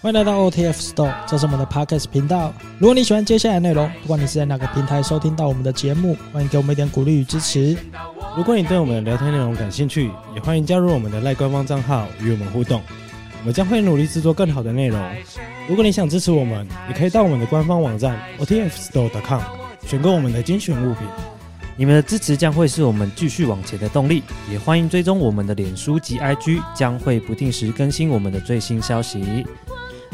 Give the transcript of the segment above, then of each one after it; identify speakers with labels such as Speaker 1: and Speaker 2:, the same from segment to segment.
Speaker 1: 欢迎来到 OTF Store，这是我们的 Podcast 频道。如果你喜欢接下来的内容，不管你是在哪个平台收听到我们的节目，欢迎给我们一点鼓励与支持。
Speaker 2: 如果你对我们的聊天内容感兴趣，也欢迎加入我们的赖官方账号与我们互动。我们将会努力制作更好的内容。如果你想支持我们，也可以到我们的官方网站 otfstore.com 选购我们的精选物品。
Speaker 3: 啊你们的支持将会是我们继续往前的动力，也欢迎追踪我们的脸书及 IG，将会不定时更新我们的最新消息。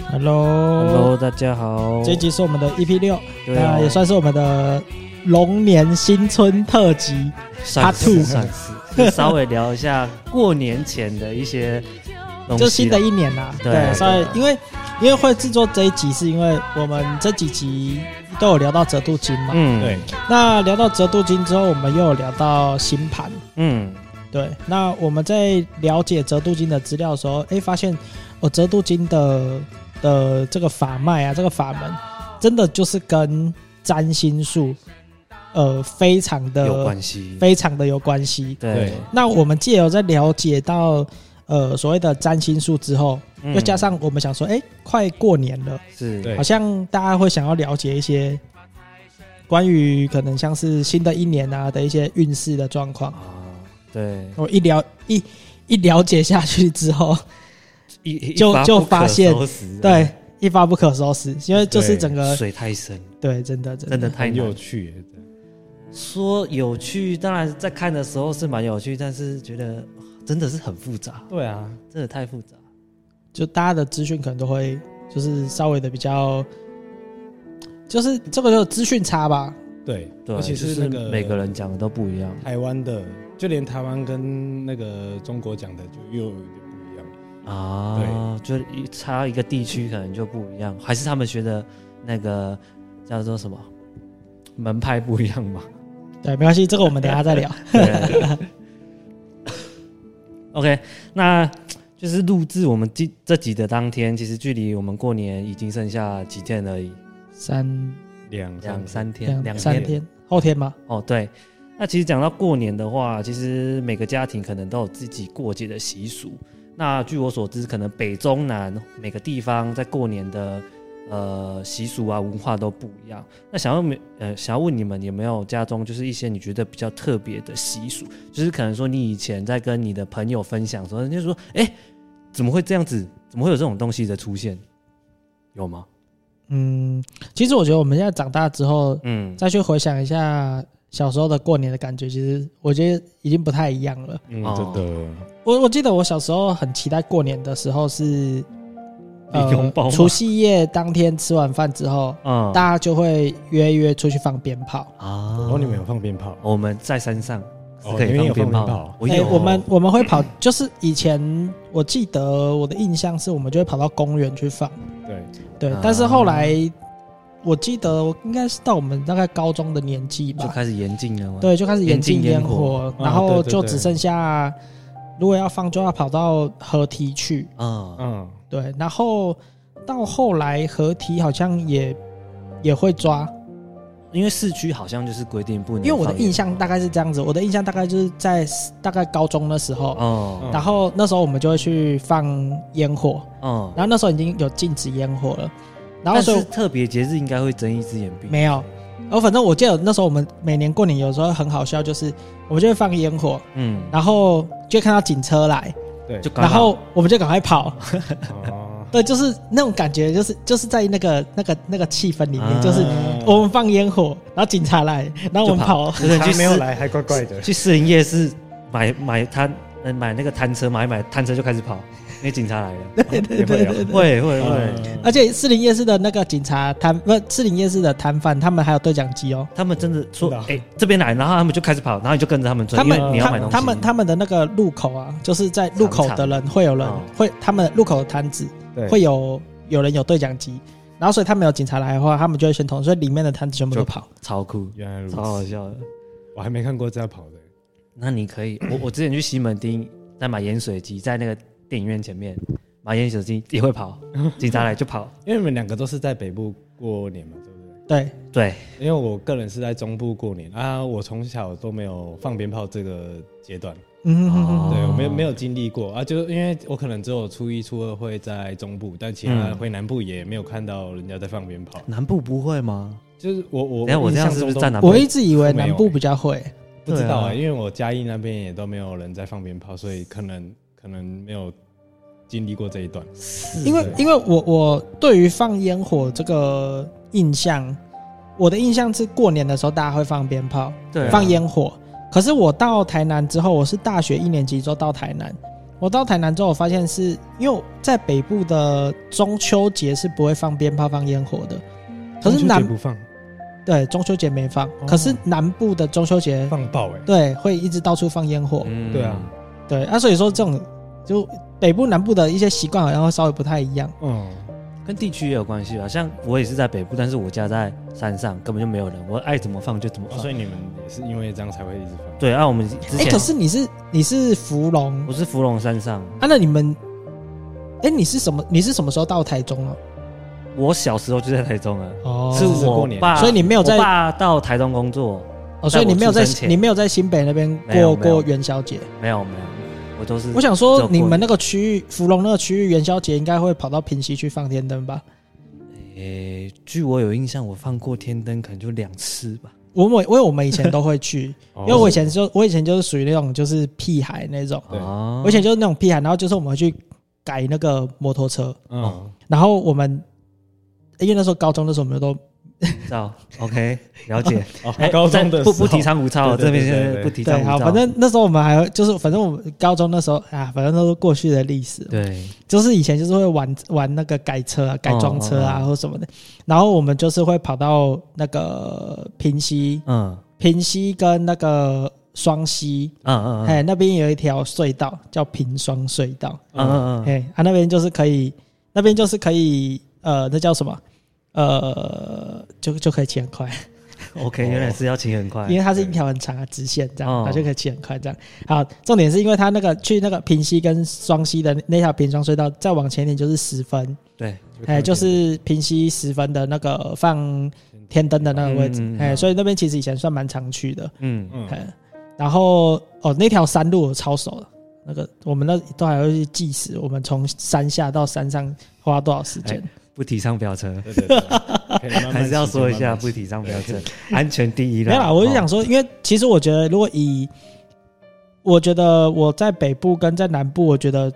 Speaker 1: Hello，,
Speaker 3: Hello，大家好，
Speaker 1: 这一集是我们的 EP 六、
Speaker 3: 对啊
Speaker 1: 那也算是我们的龙年新春特辑。
Speaker 3: 算
Speaker 1: Part
Speaker 3: 是
Speaker 1: two
Speaker 3: 算是，就稍微聊一下过年前的一些东西啦，啊
Speaker 1: 就新的一年啦、
Speaker 3: 对啊
Speaker 1: 对，所以
Speaker 3: 对
Speaker 1: 因为因为会制作这一集，是因为我们这几集都有聊到折镀金嘛。
Speaker 3: 嗯
Speaker 2: 对，
Speaker 1: 那聊到折镀金之后，我们又有聊到星盘。
Speaker 3: 嗯
Speaker 1: 对，那我们在了解折镀金的资料的时候，哎，发现哦，折镀金的的这个法脉啊，这个法门，真的就是跟占星术，呃，非常
Speaker 3: 有
Speaker 1: 的
Speaker 3: 关系，
Speaker 1: 非常的有关系。
Speaker 3: 对
Speaker 2: 对，
Speaker 1: 那我们借由在了解到呃所谓的占星术之后，
Speaker 3: 嗯
Speaker 1: 又加上我们想说，哎，快过年了，
Speaker 3: 是，
Speaker 2: 对
Speaker 1: 好像大家会想要了解一些关于可能像是新的一年啊的一些运势的状况。
Speaker 3: 啊，对，
Speaker 1: 我一了一一了解下去之后，
Speaker 3: 一一
Speaker 1: 就
Speaker 3: 一发
Speaker 1: 就
Speaker 3: 不可
Speaker 1: 发现
Speaker 3: 收拾
Speaker 1: 对，呃一发不可收拾，因为就是整个
Speaker 3: 水太深，
Speaker 1: 对，真的真的
Speaker 3: 真的太
Speaker 2: 很
Speaker 3: 难
Speaker 2: 有趣耶。
Speaker 3: 说有趣，当然在看的时候是蛮有趣，但是觉得啊真的是很复杂，
Speaker 2: 对啊，
Speaker 3: 真的太复杂。
Speaker 1: 就大家的资讯可能都会就是稍微的比较，就是这个就是资讯差吧，
Speaker 2: 对，
Speaker 3: 对，
Speaker 2: 而且
Speaker 3: 就是
Speaker 2: 那个
Speaker 3: 每个人讲的都不一样。
Speaker 2: 台湾的，就连台湾跟那个中国讲的就又有点不一样。
Speaker 3: 啊，就一差一个地区可能就不一样，还是他们学的那个叫做什么门派不一样 嘛？
Speaker 1: 对，没关系，这个我们等一下再聊。
Speaker 3: 对 OK，那就是录制我们这这集的当天，其实距离我们过年已经剩下几天而已，
Speaker 1: 三
Speaker 2: 两
Speaker 3: 两三天，
Speaker 1: 两
Speaker 3: 天
Speaker 1: 三天，后天嘛，
Speaker 3: 哦，对。那其实讲到过年的话，其实每个家庭可能都有自己过节的习俗。那据我所知，可能北中南每个地方在过年的呃习俗啊文化都不一样。那想要没呃想要问你们有没有家中就是一些你觉得比较特别的习俗，就是可能说你以前在跟你的朋友分享的时候，人家说哎、怎么会这样子？怎么会有这种东西的出现？有吗？
Speaker 1: 嗯，其实我觉得我们现在长大之后，
Speaker 3: 嗯
Speaker 1: 再去回想一下小时候的过年的感觉，其实我觉得已经不太一样了。
Speaker 2: 嗯，
Speaker 3: 哦
Speaker 2: 真的，
Speaker 1: 我我记得我小时候很期待过年的时候是，呃
Speaker 3: 你拥抱吗
Speaker 1: 除夕夜当天吃完饭之后，
Speaker 3: 嗯
Speaker 1: 大家就会约一约出去放鞭炮。
Speaker 3: 啊，
Speaker 2: 然后你们有放鞭炮，啊
Speaker 3: 我们在山上是
Speaker 2: 哦
Speaker 3: 可
Speaker 2: 你
Speaker 3: 以
Speaker 2: 们有
Speaker 3: 放鞭
Speaker 2: 放鞭
Speaker 3: 炮的
Speaker 2: 炮，
Speaker 3: 我
Speaker 1: 哎
Speaker 3: 有。
Speaker 1: 我们我们会跑，就是以前我记得我的印象是我们就会跑到公园去放，
Speaker 2: 对，
Speaker 1: 对。
Speaker 3: 啊
Speaker 1: 但是后来我记得我应该是到我们大概高中的年纪
Speaker 3: 就
Speaker 1: 吧，
Speaker 3: 开始严禁了嘛。，
Speaker 1: 对，就开始
Speaker 3: 严
Speaker 1: 严禁
Speaker 3: 禁
Speaker 1: 烟
Speaker 3: 烟
Speaker 1: 火
Speaker 3: 火，
Speaker 1: 然
Speaker 2: 啊
Speaker 1: 后
Speaker 2: 对对
Speaker 1: 就
Speaker 2: 对
Speaker 1: 只剩下如果要放就要跑到河堤去，
Speaker 3: 嗯，
Speaker 2: 嗯，
Speaker 1: 对，然后到后来合体好像也也会抓，
Speaker 3: 因为市区好像就是规定不能
Speaker 1: 因
Speaker 3: 放烟
Speaker 1: 为
Speaker 3: 火。
Speaker 1: 我的印象大概是这样子，我的印象大概就是在大概高中的时候，
Speaker 3: 哦，
Speaker 1: 然后那时候我们就会去放烟火，
Speaker 3: 嗯，
Speaker 1: 然后那时候已经有禁止烟火了，然后
Speaker 3: 但
Speaker 1: 所
Speaker 3: 是
Speaker 1: 以
Speaker 3: 特别节日应该会睁一只眼闭一只眼。
Speaker 1: 没有，然后反正我记得那时候我们每年过年有时候很好笑，就是我们就会放烟火，
Speaker 3: 嗯，
Speaker 1: 然后就会看到警车来，
Speaker 2: 对，
Speaker 3: 就刚
Speaker 1: 然
Speaker 3: 好
Speaker 1: 后我们就赶快跑，
Speaker 2: 哦，
Speaker 1: 对，就是那种感觉，就是就是在那个那个那个气氛里面，
Speaker 3: 啊
Speaker 1: 就是
Speaker 2: 嗯
Speaker 1: 我们放烟火，然后警察来，然后我们
Speaker 3: 就
Speaker 1: 跑
Speaker 3: 跑，
Speaker 2: 可能
Speaker 3: 去
Speaker 2: 没有
Speaker 3: 市
Speaker 2: 来，还怪怪的。
Speaker 3: 去市营夜市买买摊，呃买那个摊车，买一买摊车就开始跑，因为警察来了。
Speaker 1: 对 对
Speaker 2: 也
Speaker 1: 对对
Speaker 2: 会啊
Speaker 1: 对。
Speaker 3: 会会会，
Speaker 2: 嗯
Speaker 1: 而且士林夜市的那个警察摊，不，士林夜市的摊贩，他们还有对讲机哦。
Speaker 3: 他们真的
Speaker 2: 真
Speaker 3: 说
Speaker 2: 的啊，
Speaker 3: 哎，这边来，然后他们就开始跑，然后你就跟着他们追，
Speaker 1: 他
Speaker 3: 因
Speaker 1: 们
Speaker 3: 为你要买东
Speaker 1: 他他
Speaker 3: 西。
Speaker 1: 们他们的那个路口啊，就是在路口的人会有人
Speaker 3: 哦
Speaker 1: 会，他们路口的摊子
Speaker 3: 啊
Speaker 2: 对
Speaker 1: 会有有人有对讲机，然后所以他们有警察来的话，他们就会先通，所以里面的摊子全部都
Speaker 3: 就
Speaker 1: 跑。
Speaker 3: 超酷，
Speaker 2: 原来如
Speaker 3: 超
Speaker 2: 此，
Speaker 3: 好笑的。
Speaker 2: 我还没看过这样跑的。
Speaker 3: 那你可以，我我之前去西门町在买盐水鸡，在那个电影院前面买盐水鸡也会跑，警察来就跑。
Speaker 2: 因为你们两个都是在北部过年嘛，对不对？
Speaker 1: 对，
Speaker 3: 对，
Speaker 2: 因为我个人是在中部过年啊，我从小都没有放鞭炮这个阶段，
Speaker 1: 嗯哼哼
Speaker 3: 哦
Speaker 1: 哼，
Speaker 2: 对，我没有没有经历过啊，就是因为我可能只有初一、初二会在中部，但其他
Speaker 3: 嗯
Speaker 2: 回南部也没有看到人家在放鞭炮。
Speaker 3: 南部不会吗？
Speaker 2: 就是我我
Speaker 3: 等一下我这样是不是站
Speaker 2: 了？
Speaker 3: 南部？
Speaker 1: 我一直以为南
Speaker 3: 欸
Speaker 1: 部比较会，
Speaker 2: 不知道
Speaker 3: 对
Speaker 2: 啊、
Speaker 3: 啊
Speaker 2: 因为我嘉义那边也都没有人在放鞭炮，所以可能可能没有经历过这一段。
Speaker 3: 是
Speaker 1: 因为因为我我对于放烟火这个印象，我的印象是过年的时候大家会放鞭炮，
Speaker 3: 对啊
Speaker 1: 放烟火。可是我到台南之后，我是大学一年级之后到台南。我到台南之后，我发现是因为在北部的中秋节是不会放鞭炮、放烟火的，可是南
Speaker 2: 嗯中秋节不哦放
Speaker 1: 对中秋节没放，可是南部的中秋节
Speaker 2: 放爆哎、
Speaker 1: 对会一直到处放烟火，
Speaker 3: 嗯
Speaker 2: 对啊，
Speaker 1: 对啊，所以说这种就北部南部的一些习惯好像会稍微不太一样。
Speaker 2: 嗯，
Speaker 3: 跟地区也有关系啊。像我也是在北部，但是我家在山上，根本就没有人，我爱怎么放就怎么
Speaker 2: 哦
Speaker 3: 放。
Speaker 2: 所以你们也是因为这样才会一直放。
Speaker 3: 对啊，我们之
Speaker 1: 哎、
Speaker 3: 前
Speaker 1: 可是你是你是芙蓉
Speaker 3: 我是芙蓉山上，
Speaker 1: 啊？那你们，哎、你是什么？你是什么时候到台中啊了、
Speaker 3: 我小时候就在台中啊，
Speaker 1: 哦
Speaker 3: 是
Speaker 2: 是
Speaker 3: 我
Speaker 2: 过年
Speaker 3: 爸，
Speaker 1: 所以你没有在
Speaker 3: 我爸到台中工作，
Speaker 1: 哦，所以你没有在
Speaker 3: 在我出生前
Speaker 1: 你没有在新北那边
Speaker 3: 没有
Speaker 1: 过
Speaker 3: 没有
Speaker 1: 过元宵节。
Speaker 3: 没有没有，我都是
Speaker 1: 我想
Speaker 3: 只有
Speaker 1: 说，
Speaker 3: 过
Speaker 1: 你们那个区域，芙蓉那个区域元宵节应该会跑到平西去放天灯吧？
Speaker 3: 诶、据我有印象，我放过天灯可能就两次吧。
Speaker 1: 我们因为我们以前都会 去，
Speaker 2: 哦
Speaker 1: 因为我以前就我以前就是属于那种就是屁孩那种，
Speaker 2: 对
Speaker 3: 啊
Speaker 1: 我以前就是那种屁孩，然后就是我们会去改那个摩托车，
Speaker 3: 哦
Speaker 2: 嗯，
Speaker 1: 然后我们因为那时候高中的时候我们都
Speaker 3: 知道，OK，了 解。
Speaker 2: 哦
Speaker 3: 哎，
Speaker 2: 高中的
Speaker 3: 不不
Speaker 2: 时候
Speaker 3: 提倡无操，
Speaker 2: 对
Speaker 3: 这
Speaker 2: 对
Speaker 3: 边
Speaker 2: 对对
Speaker 3: 是
Speaker 2: 对
Speaker 3: 不提倡
Speaker 1: 对，
Speaker 3: 无
Speaker 1: 好，
Speaker 3: 操。
Speaker 1: 反正那时候我们还会就是，反正我们高中那时候啊，反正都是过去的历史，
Speaker 3: 对，
Speaker 1: 就是以前就是会玩玩那个改车、啊、改装车啊，
Speaker 3: 哦哦
Speaker 1: 或什么的。然后我们就是会跑到那个平溪、
Speaker 3: 嗯
Speaker 1: 平溪跟那个双溪，
Speaker 3: 嗯嗯嗯
Speaker 1: 哎、那边有一条隧道叫平双隧道，
Speaker 3: 嗯嗯嗯，
Speaker 1: 哎、啊，那边就是可以，那边就是可以，呃，那叫什么？呃，就就可以骑很快，
Speaker 3: OK，原
Speaker 2: 哦
Speaker 3: 来是要骑很快
Speaker 1: 因。为它是一条很长的直线，这样，
Speaker 3: 哎哦
Speaker 1: 然后就可以骑很快，这样。好，重点是因为它那个去那个平溪跟双溪的那条平双隧道，再往前一点就是十分，
Speaker 3: 对，
Speaker 1: 哎，就是平溪十分的那个放天灯的那个位置
Speaker 3: 嗯，
Speaker 1: 哎，所以那边其实以前算蛮常去的，
Speaker 3: 嗯，
Speaker 2: 嗯
Speaker 1: 哎，然后哦，那条山路我超熟了。那个我们那都还会去计时，我们从山下到山上花多少时间？
Speaker 3: 不提倡飙车，
Speaker 2: 对对对， 可以慢慢
Speaker 3: 还是要
Speaker 2: 骑
Speaker 3: 说一下
Speaker 2: 慢慢
Speaker 3: 不
Speaker 2: 骑
Speaker 3: 提倡飙车，安全第一
Speaker 1: 没
Speaker 3: 啦。
Speaker 1: 有啦，我就想
Speaker 3: 哦，
Speaker 1: 说，因为其实我觉得，如果以我觉得我在北部跟在南部，我觉得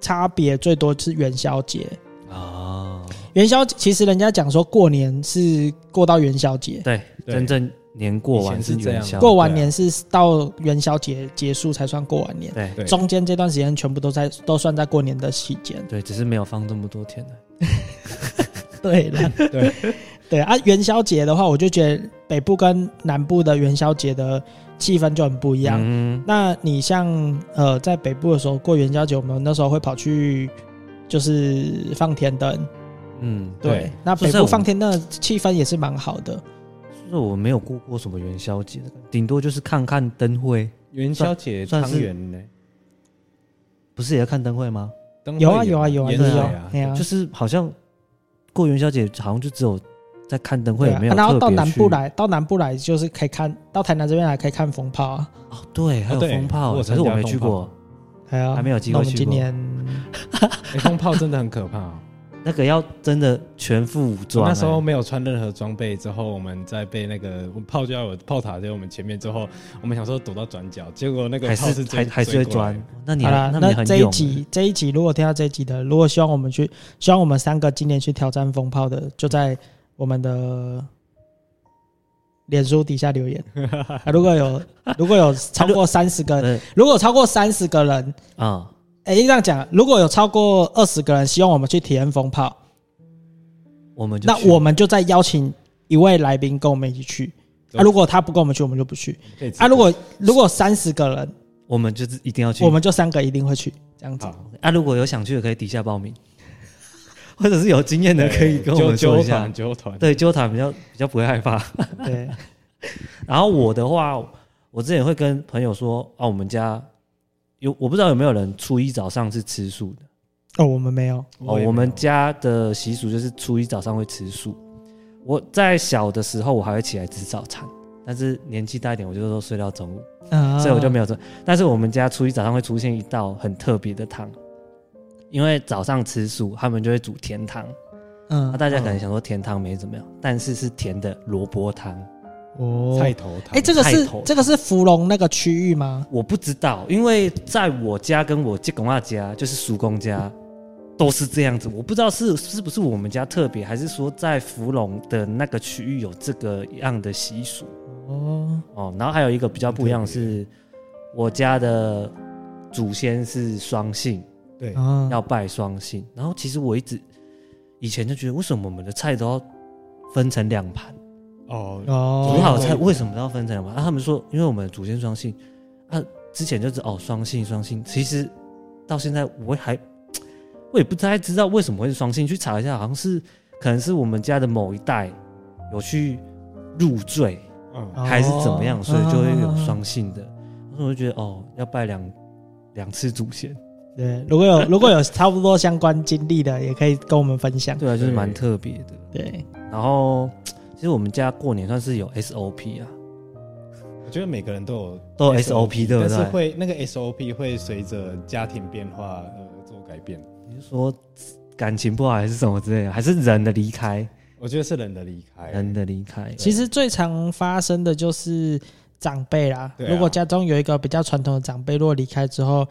Speaker 1: 差别最多是元宵节。
Speaker 3: 哦，
Speaker 1: 元宵其实人家讲说过年是过到元宵节，
Speaker 3: 对，啊
Speaker 2: 对
Speaker 3: 真正年过完
Speaker 2: 以前
Speaker 3: 是
Speaker 2: 是这样
Speaker 3: 元宵，
Speaker 1: 过完年是到元宵节结束才算过完年，
Speaker 3: 对啊
Speaker 2: 对
Speaker 1: 中间这段时间全部都在都算在过年的期间。
Speaker 3: 对，只是没有放这么多天了。
Speaker 1: 对了，
Speaker 2: 对
Speaker 1: 对啊，元宵节的话，我就觉得北部跟南部的元宵节的气氛就很不一样。
Speaker 3: 嗯，
Speaker 1: 那你像呃，在北部的时候过元宵节，我们那时候会跑去就是放天灯，
Speaker 3: 嗯，
Speaker 1: 对。
Speaker 2: 对
Speaker 1: 那北
Speaker 3: 就是我
Speaker 1: 部
Speaker 3: 们
Speaker 1: 放天灯的气氛也是蛮好的，
Speaker 3: 就是我没有过过什么元宵节，顶多就是看看灯会，
Speaker 2: 元宵节
Speaker 3: 算是
Speaker 2: 汤圆呢，
Speaker 3: 不是也要看灯会吗？
Speaker 2: 灯
Speaker 1: 有啊
Speaker 2: 会
Speaker 1: 有啊有啊
Speaker 2: 盐
Speaker 1: 有
Speaker 2: 水
Speaker 1: 啊
Speaker 2: 啊，，
Speaker 1: 哎呀
Speaker 3: 就，是好像过元宵节，好像就只有在看灯会，
Speaker 1: 对
Speaker 3: 也
Speaker 1: 啊
Speaker 3: 没有
Speaker 1: 然后
Speaker 3: 特别
Speaker 1: 到南
Speaker 3: 去
Speaker 1: 部来，到南部来就是可以看到台南这边来可以看风炮啊，
Speaker 3: 哦，对，还有
Speaker 2: 哦对
Speaker 3: 风炮，
Speaker 2: 我有
Speaker 3: 可是我
Speaker 2: 参加
Speaker 3: 没去
Speaker 2: 风炮
Speaker 3: 过，
Speaker 1: 还有
Speaker 3: 还没有机
Speaker 1: 啊那我
Speaker 3: 会
Speaker 1: 们
Speaker 3: 去
Speaker 1: 今
Speaker 3: 过。
Speaker 1: 年
Speaker 2: 哎风炮真的很可怕哦。
Speaker 3: 那个要真的全副武
Speaker 2: 我
Speaker 3: 装、
Speaker 2: 那时候
Speaker 3: 哎
Speaker 2: 没有穿任何装备，之后我们在被那个我们炮就在我炮塔在我们前面，之后我们想说躲到转角，结果那个
Speaker 3: 还
Speaker 2: 炮
Speaker 3: 是
Speaker 2: 是
Speaker 3: 还还是会
Speaker 2: 转
Speaker 3: 钻。。那你
Speaker 1: 好啦，
Speaker 3: 你
Speaker 1: 那
Speaker 3: 很
Speaker 1: 这一
Speaker 3: 勇
Speaker 1: 集这一集如果听到这一集的，如果希望我们去，希望我们三个今年去挑战风炮的，就在我们的脸书底下留言。啊、如果有如果有超过三十个，
Speaker 3: 呃
Speaker 1: 如果有超过三十个人，
Speaker 3: 啊、
Speaker 1: 哎、这样讲，如果有超过二十个人希望我们去体验风炮，
Speaker 3: 我们就
Speaker 1: 那
Speaker 3: 去
Speaker 1: 我们就再邀请一位来宾跟我们一起去。啊，如果他不跟我们去，我们就不去。
Speaker 2: 可以直接
Speaker 1: 啊，如果如果三十个人，
Speaker 3: 我们就是一定要去。
Speaker 1: 我们就三个一定会去，这样子。
Speaker 2: 好
Speaker 3: 啊，如果有想去的可以底下报名， 或者是有经验的可以跟我
Speaker 2: 纠
Speaker 3: 们说
Speaker 2: 纠
Speaker 3: 一下
Speaker 2: 团。纠团，
Speaker 3: 对，纠团比较比较不会害怕。
Speaker 1: 对，
Speaker 3: 然后我的话，我之前会跟朋友说啊，我们家有我不知道有没有人初一早上是吃素的
Speaker 1: 哦，我们没有。
Speaker 2: 也
Speaker 3: 哦
Speaker 2: 没。有
Speaker 3: 我们家的习俗就是初一早上会吃素。我在小的时候，我还会起来吃早餐，但是年纪大一点，我就都睡到中午，
Speaker 1: 啊
Speaker 3: 所以我就没有做。但是我们家初一早上会出现一道很特别的汤，因为早上吃素，他们就会煮甜汤。那、
Speaker 1: 嗯
Speaker 3: 大家可能想说甜汤没怎么样，但是是甜的萝卜汤，
Speaker 1: 哦
Speaker 2: 菜头汤。
Speaker 1: 哎、这个
Speaker 3: 菜
Speaker 1: 是
Speaker 3: 头
Speaker 1: 这个是芙蓉那个区域吗？
Speaker 3: 我不知道，因为在我家跟我舅公阿家，就是叔公家，都是这样子。我不知道是是不是我们家特别，还是说在芙蓉的那个区域有这个样的习俗
Speaker 1: 哦，
Speaker 3: 哦。然后还有一个比较不一样的是，我家的祖先是双姓，
Speaker 2: 对，
Speaker 1: 啊，
Speaker 3: 要拜双姓。然后其实我一直以前就觉得，为什么我们的菜都要分成两盘？
Speaker 2: 哦，
Speaker 1: 哦，
Speaker 3: 煮好菜为什么要分成两盘？啊，他们说，因为我们祖先双姓，啊，之前就是哦双姓双姓，其实到现在我还我也不太知道为什么会是双姓，去查一下，好像是可能是我们家的某一代有去入赘，
Speaker 2: 嗯，
Speaker 1: 哦啊
Speaker 3: 还是怎么样，所以就会有双姓的。所以我就觉得哦，要拜两两次祖先，
Speaker 1: 对，如果有如果有差不多相关经历的，也可以跟我们分享。
Speaker 3: 对啊，就是蛮
Speaker 2: 对
Speaker 3: 特别的。
Speaker 1: 对，
Speaker 3: 然后其实我们家过年算是有 SOP 啊，
Speaker 2: 我觉得每个人都有
Speaker 3: 都有 SOP 对
Speaker 2: 但
Speaker 3: 不
Speaker 2: 是
Speaker 3: 对？
Speaker 2: 会那个 SOP 会随着家庭变化呃做改变。
Speaker 3: 你是说感情不好还是什么之类的，还是人的离开？
Speaker 2: 我觉得是人的离开，
Speaker 3: 人的离开，
Speaker 1: 其实最常发生的就是长辈啦。
Speaker 2: 对啊
Speaker 1: 如果家中有一个比较传统的长辈，如果离开之后，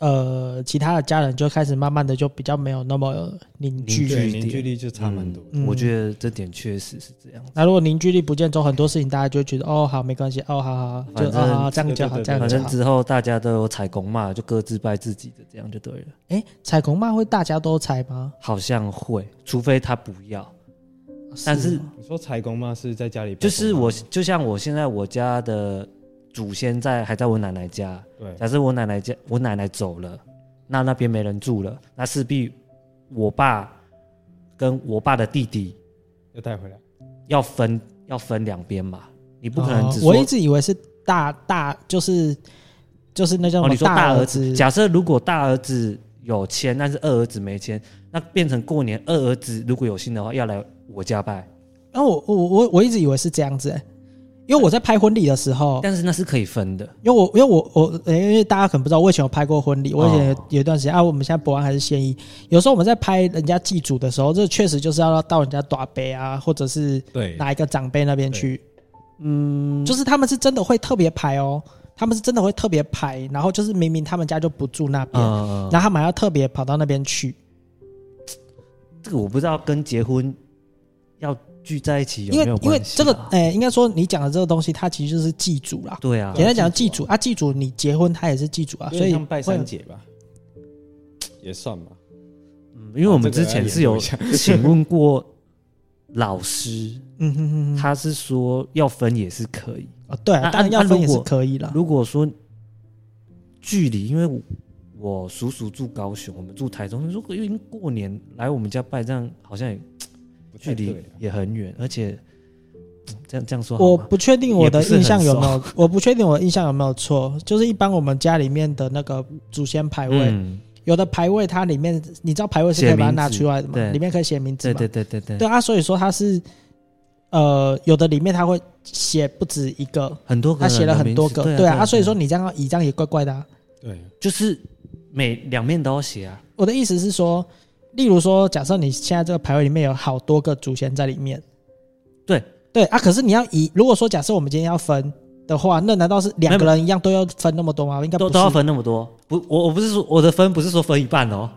Speaker 1: 呃，其他的家人就开始慢慢的就比较没有那么凝聚
Speaker 3: 凝聚
Speaker 2: 对
Speaker 3: 一
Speaker 2: 凝聚
Speaker 3: 点
Speaker 2: 力就差蛮多的。
Speaker 1: 嗯
Speaker 3: 我觉得这点确实是这样。
Speaker 1: 那如果凝聚力不见之后，很多事情大家就会觉得哦，好，没关系，哦，好好好，就
Speaker 3: 反正
Speaker 1: 哦，好，这样就好，
Speaker 2: 对对对
Speaker 1: 这样
Speaker 3: 反
Speaker 1: 就
Speaker 3: 正
Speaker 1: 好。
Speaker 3: 之后大家都有采公嘛，就各自拜自己的，这样就对了。
Speaker 1: 哎，采红骂会大家都采吗？
Speaker 3: 好像会，除非他不要。但是
Speaker 1: 哦
Speaker 2: 你说裁工吗？是在家里办公
Speaker 3: 就
Speaker 2: 吗？
Speaker 3: 是我，就像我现在我家的祖先在还在我奶奶家，
Speaker 2: 对
Speaker 3: 假设我奶奶家我奶奶走了，那那边没人住了，那势必我爸跟我爸的弟弟
Speaker 2: 要带回来。
Speaker 3: 要分要分两边嘛，你不可能只
Speaker 1: 哦
Speaker 3: 说
Speaker 1: 我一直以为是大大，就是就是那叫
Speaker 3: 哦，
Speaker 1: 什
Speaker 3: 你
Speaker 1: 么
Speaker 3: 说大
Speaker 1: 儿
Speaker 3: 儿子？假设如果大儿子有签，但是二儿子没签，那变成过年二儿子如果有信的话，要来我家拜。
Speaker 1: 然后、哦我我我我一直以为是这样子、欸，因为我在拍婚礼的时候，
Speaker 3: 但是那是可以分的，
Speaker 1: 因为我因为我我、呃因为大家可能不知道，我以前有拍过婚礼，我以前有
Speaker 3: 哦
Speaker 1: 有一段时间、啊，我们现在博安还是现役，有时候我们在拍人家祭祖的时候，这确实就是要到人家短杯啊，或者是
Speaker 2: 对
Speaker 1: 哪一个长辈那边去，嗯，就是他们是真的会特别排哦，他们是真的会特别排，然后就是明明他们家就不住那边，
Speaker 3: 嗯，
Speaker 1: 然后他们还要特别跑到那边去。
Speaker 3: 这个我不知道跟结婚要聚在一起有
Speaker 1: 因为
Speaker 3: 没有
Speaker 1: 因为
Speaker 3: 关系
Speaker 1: 这
Speaker 3: 啊、
Speaker 1: 个，诶、应该说你讲的这个东西，它其实就是祭祖啦。
Speaker 3: 对啊
Speaker 1: 简，单讲，祭祖啊，祭祖你结婚他也是祭祖啊，所
Speaker 2: 有点
Speaker 1: 以
Speaker 2: 像拜
Speaker 1: 会有
Speaker 2: 三姐吧，也算吧。
Speaker 3: 嗯啊因为我们之前是有
Speaker 2: 哦这个要研
Speaker 3: 请问过老师，
Speaker 1: 嗯哼哼哼，
Speaker 3: 他是说要分也是可以。
Speaker 1: 哦对啊，
Speaker 3: 啊
Speaker 1: 当然
Speaker 3: 啊
Speaker 1: 要
Speaker 3: 啊
Speaker 1: 分也
Speaker 3: 如
Speaker 1: 是
Speaker 3: 果
Speaker 1: 可以啦。
Speaker 3: 如果说距离，因为我我叔叔住高雄，我们住台中，如果因为过年来我们家拜，这样好像也
Speaker 2: 不太
Speaker 3: 距
Speaker 1: 哎
Speaker 3: 离
Speaker 2: 对啊
Speaker 3: 也很远，而且嗯这样这样说好
Speaker 1: 我
Speaker 3: 吗
Speaker 1: 不确定我
Speaker 3: 也
Speaker 1: 的
Speaker 3: 不是
Speaker 1: 印象
Speaker 3: 很
Speaker 1: 有没有， 我不确定我的印象有没有错，就是一般我们家里面的那个祖先牌位，
Speaker 3: 嗯，
Speaker 1: 有的牌位它里面，你知道牌位是可以
Speaker 3: 写
Speaker 1: 把它
Speaker 3: 名
Speaker 1: 拿
Speaker 3: 字
Speaker 1: 出来的嘛，
Speaker 3: 对
Speaker 1: 里面可以写名字
Speaker 3: 对
Speaker 1: 嘛，
Speaker 3: 对对对对，
Speaker 1: 对啊，所以说它是，呃，有的里面它会写不止一个，
Speaker 3: 很多个
Speaker 1: 它
Speaker 3: 人
Speaker 1: 啊写了很多
Speaker 3: 的
Speaker 1: 个，
Speaker 3: 名字
Speaker 1: 对
Speaker 3: 对
Speaker 1: 啊，啊，所以说你这样一这样也怪怪的啊。
Speaker 2: 对，
Speaker 3: 就是每两面都要写啊，
Speaker 1: 我的意思是说，例如说，假设你现在这个牌位里面有好多个祖先在里面，
Speaker 3: 对
Speaker 1: 对啊，可是你要以如果说假设我们今天要分的话，那难道是两个人一样都要分那么多吗？应该不
Speaker 3: 都
Speaker 1: 是
Speaker 3: 都要分那么多，不，我我不是说我的分不是说分一半哦，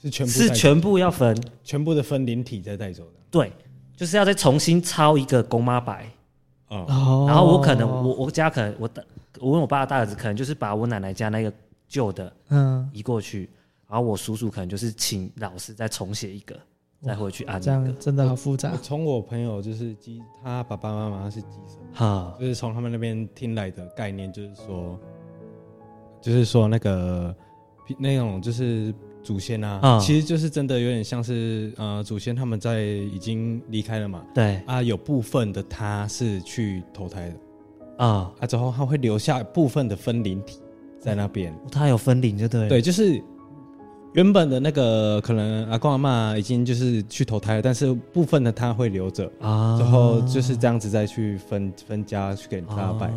Speaker 2: 是全部
Speaker 3: 是
Speaker 2: 带
Speaker 3: 全部要分，
Speaker 2: 全部的分灵体在带走的。
Speaker 3: 对，就是要再重新抄一个公妈白。
Speaker 2: 哦，
Speaker 1: 哦。
Speaker 3: 然后我可能我我家可能我大我问我爸的大儿子可能就是把我奶奶家那个旧的
Speaker 1: 嗯，
Speaker 3: 移过去，然后我叔叔可能就是请老师再重写一个，再回去按
Speaker 1: 这
Speaker 3: 那个
Speaker 1: 样。真的好复杂
Speaker 2: 我。从我朋友就是鸡，他爸爸妈妈是鸡生，
Speaker 3: 哈，
Speaker 2: 就是从他们那边听来的概念，就是说，就是说那个那种就是祖先啊，
Speaker 3: 嗯
Speaker 2: 其实就是真的有点像是呃祖先他们在已经离开了嘛，
Speaker 3: 对
Speaker 2: 啊有部分的他是去投胎的，
Speaker 3: 啊，
Speaker 2: 啊之后他会留下部分的分灵体在那边，
Speaker 3: 他有分龄就对了。
Speaker 2: 对，就是原本的那个可能阿公阿妈已经就是去投胎了，但是部分的他会留着，
Speaker 3: 啊
Speaker 2: 之后就是这样子再去分分家去给大家拜。
Speaker 3: 啊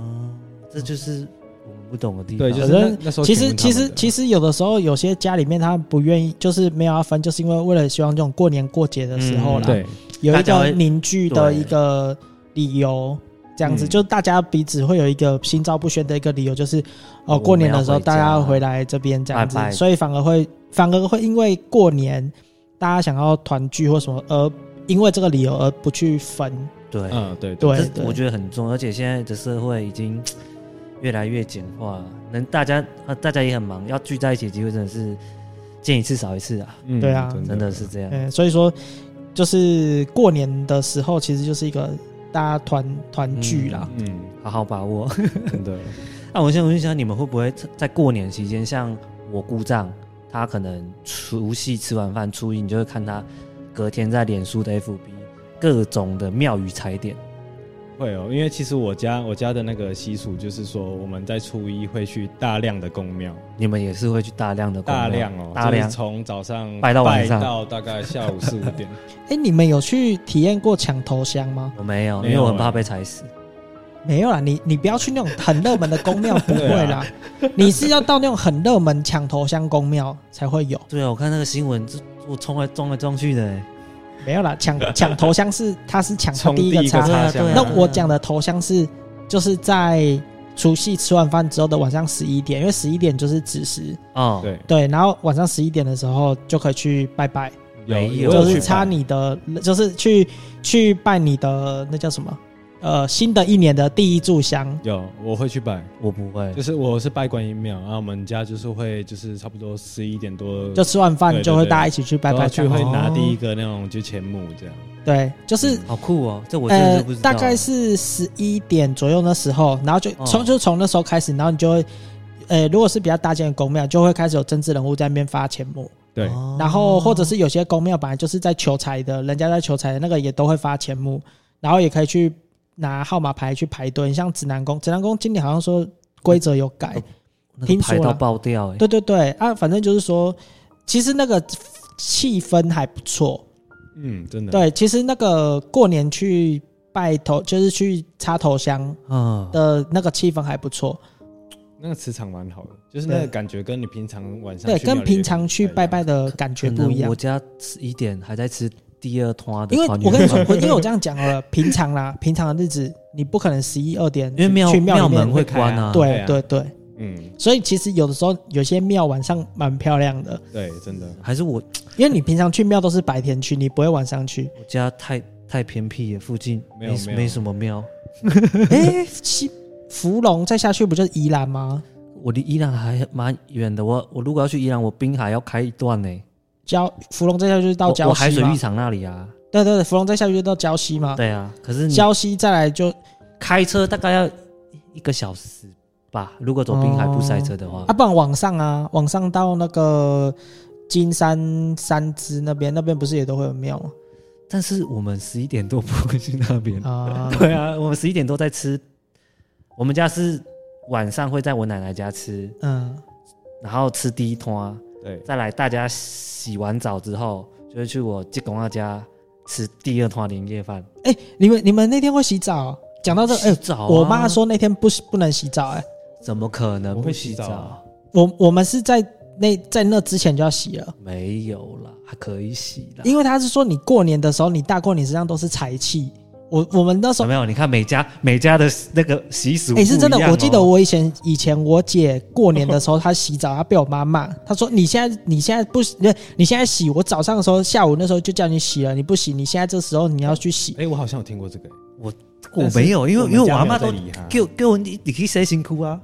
Speaker 3: 这就是我们不懂的地方。
Speaker 2: 对，就是
Speaker 1: 反正
Speaker 2: 那那时候
Speaker 1: 其实其
Speaker 2: 请问他们
Speaker 1: 实
Speaker 2: 的
Speaker 1: 其实有的时候有些家里面他不愿意，就是没有要分，就是因为为了希望这种过年过节的时候
Speaker 3: 后
Speaker 1: 哦啦，
Speaker 3: 来
Speaker 2: 嗯对
Speaker 1: 有一
Speaker 3: 大家
Speaker 1: 个
Speaker 3: 会
Speaker 1: 凝聚的一个理由，这样子、
Speaker 2: 嗯
Speaker 1: 就大家彼此会有一个心照不宣的一个理由，就是哦，
Speaker 3: 我
Speaker 1: 过年的时候
Speaker 3: 们要回家
Speaker 1: 大家要回来这边这样子，
Speaker 3: 拜拜
Speaker 1: 所以反而会反而会因为过年大家想要团聚或什么，而因为这个理由而不去分，
Speaker 3: 对，
Speaker 2: 嗯对对
Speaker 1: 对，
Speaker 3: 这我觉得很重要，而且现在的社会已经越来越简化，能大家啊大家也很忙，要聚在一起的机会真的是见一次少一次啊，
Speaker 2: 嗯
Speaker 1: 对啊
Speaker 3: 真的是这样。
Speaker 1: 嗯，所以说就是过年的时候其实就是一个大家团团聚啦，
Speaker 2: 嗯
Speaker 3: 好好把握。
Speaker 2: 真的
Speaker 3: 那我现在问一下，你们会不会在过年期间，像我姑丈，他可能除夕吃完饭，初一你就会看他隔天在脸书的 FB 各种的庙宇踩点，
Speaker 2: 会哦，因为其实我家我家的那个习俗就是说我们在初一会去大量的公庙，
Speaker 3: 你们也是会去大量的
Speaker 2: 大量哦，
Speaker 3: 大量
Speaker 2: 就是从早上
Speaker 3: 拜到晚上
Speaker 2: 到大概下午四五 点，
Speaker 1: 哎、你们有去体验过抢头香吗？
Speaker 3: 我哦没有，
Speaker 2: 没有
Speaker 3: 因为我很怕被踩死。
Speaker 1: 没有啦，你你不要去那种很热门的宫庙，不会
Speaker 2: 对
Speaker 1: 啦，
Speaker 2: 啊
Speaker 1: 你是要到那种很热门抢头香宫庙才会有。
Speaker 3: 对啊，我看那个新闻，这我冲来撞来撞去的、欸，
Speaker 1: 没有啦，抢抢头香是它是抢到
Speaker 2: 从
Speaker 1: 第一个
Speaker 2: 插
Speaker 1: 插
Speaker 3: 对，啊
Speaker 2: 香
Speaker 3: 对啊
Speaker 1: 那我讲的头香是就是在除夕吃完饭之后的晚上十一点，因为十一点就是子时，
Speaker 3: 哦，
Speaker 2: 对，
Speaker 1: 对，然后晚上十一点的时候就可以去拜拜，
Speaker 3: 没有
Speaker 2: 我
Speaker 1: 就
Speaker 2: 去
Speaker 1: 是
Speaker 2: 拜
Speaker 1: 插你的，就是去去拜你的那叫什么？呃，新的一年的第一炷香，
Speaker 2: 有，我会去拜，
Speaker 3: 我不会
Speaker 2: 就。是我是拜观音庙，然后我们家就是会就是差不多十一点多
Speaker 1: 就吃完饭
Speaker 2: 对
Speaker 1: 就会
Speaker 2: 对对
Speaker 1: 大家一起去拜
Speaker 2: 然
Speaker 1: 拜
Speaker 2: 后
Speaker 1: 这
Speaker 2: 去
Speaker 1: 样，
Speaker 2: 会拿
Speaker 1: 哦
Speaker 2: 第一个那种就钱母这样，
Speaker 1: 对，就是
Speaker 3: 好酷哦！这我真的
Speaker 1: 呃
Speaker 3: 是不知，道。
Speaker 1: 大概是十一点左右那时候，然后就
Speaker 3: 哦
Speaker 1: 从、就从那时候开始，然后你就会，呃，如果是比较大间的公庙，就会开始有政治人物在那边发钱母，
Speaker 2: 对，
Speaker 3: 哦
Speaker 1: 然后或者是有些公庙本来就是在求财的，人家在求财的那个也都会发钱母，然后也可以去拿号码牌去排队，你像指南宫，指南宫今年好像说规则有改，
Speaker 3: 那个
Speaker 1: 听说
Speaker 3: 排到
Speaker 1: 了
Speaker 3: 爆掉哎、
Speaker 1: 对对对啊，反正就是说，其实那个气氛还不错，
Speaker 2: 嗯，真的，
Speaker 1: 对，其实那个过年去拜头，就是去插头香
Speaker 3: 啊，
Speaker 1: 的那个气氛还不错。
Speaker 2: 那个磁场蛮好的，就是那个
Speaker 1: 对
Speaker 2: 感觉跟你平常晚上
Speaker 1: 对，
Speaker 2: 去庙里
Speaker 1: 跟平常去
Speaker 2: 不太
Speaker 1: 拜
Speaker 2: 一样
Speaker 1: 拜的感觉
Speaker 3: 可
Speaker 1: 不
Speaker 3: 能
Speaker 1: 一样
Speaker 3: 我。家十一点还在吃第二团的
Speaker 1: 因为
Speaker 3: 团圆
Speaker 1: 我跟你说
Speaker 3: 饭，
Speaker 1: 我因为我这样讲好了， 平常啦，平常的日子你不可能十一二点
Speaker 3: 因为庙
Speaker 1: 去庙里面
Speaker 3: 门会关啊，
Speaker 1: 对、
Speaker 2: 对啊
Speaker 1: 对对，
Speaker 2: 嗯，
Speaker 1: 所以其实有的时候有些庙晚上蛮漂亮的，
Speaker 2: 对，真的，
Speaker 3: 还是我
Speaker 1: 因为你平常去庙都是白天去，你不会晚上去。
Speaker 3: 我家太太偏僻了，附近
Speaker 2: 没有
Speaker 3: 没
Speaker 2: 没有
Speaker 3: 没什么庙，
Speaker 1: 哎、西芙蓉再下去不就是宜兰吗？
Speaker 3: 我离宜兰还蛮远的，我我如果要去宜兰，我滨海要开一段呢，
Speaker 1: 礁芙蓉再下去就是到
Speaker 3: 我
Speaker 1: 礁
Speaker 3: 我海
Speaker 1: 溪
Speaker 3: 水
Speaker 1: 嘛
Speaker 3: 浴，场那里啊，
Speaker 1: 对对对，芙蓉再下去就到礁溪嘛。
Speaker 3: 对嗯啊，可是你
Speaker 1: 礁溪再来就
Speaker 3: 开车大概要一个小时吧，如果走滨海
Speaker 1: 哦
Speaker 3: 不塞车的话
Speaker 1: 啊，，不然往上啊，往上到那个金山三支那边，那边不是也都会有庙吗？
Speaker 3: 但是我们十一点多不会去那边，，
Speaker 1: 啊
Speaker 3: 对啊，我们十一点多在吃，我们家是晚上会在我奶奶家吃，
Speaker 1: 嗯，
Speaker 3: 然后吃第一团。
Speaker 2: 对，
Speaker 3: 再来，大家洗完澡之后，就会去我舅公那家吃第二团年夜饭。
Speaker 1: 哎、你们你们那天会洗澡？讲到这个，哎、
Speaker 3: 洗澡啊、
Speaker 1: 我妈说那天不不能洗澡、哎，
Speaker 3: 怎么可能
Speaker 2: 我
Speaker 3: 不
Speaker 2: 会
Speaker 3: 洗
Speaker 2: 洗
Speaker 3: 澡？
Speaker 2: 澡啊
Speaker 1: 我我们是在那在那之前就要洗了，
Speaker 3: 没有啦，还可以洗啦。
Speaker 1: 因为她是说你过年的时候，你大过年实际上都是财气。我我们那时
Speaker 3: 有
Speaker 1: 候，
Speaker 3: 没有？你看每家每家的那个习俗、
Speaker 1: 哎、是真的，
Speaker 3: 哦
Speaker 1: 我记得，我以前以前我姐过年的时候，她洗澡，她被我妈骂，她说你现在你现在不洗，不是你现在洗，我早上的时候，下午那时候就叫你洗了，你不洗，你现在这时候你要去洗。
Speaker 2: 哎、我好像有听过这个、
Speaker 3: 我没有，因为因为我阿妈都给
Speaker 2: 就
Speaker 3: 我给我你你可以谁辛苦啊？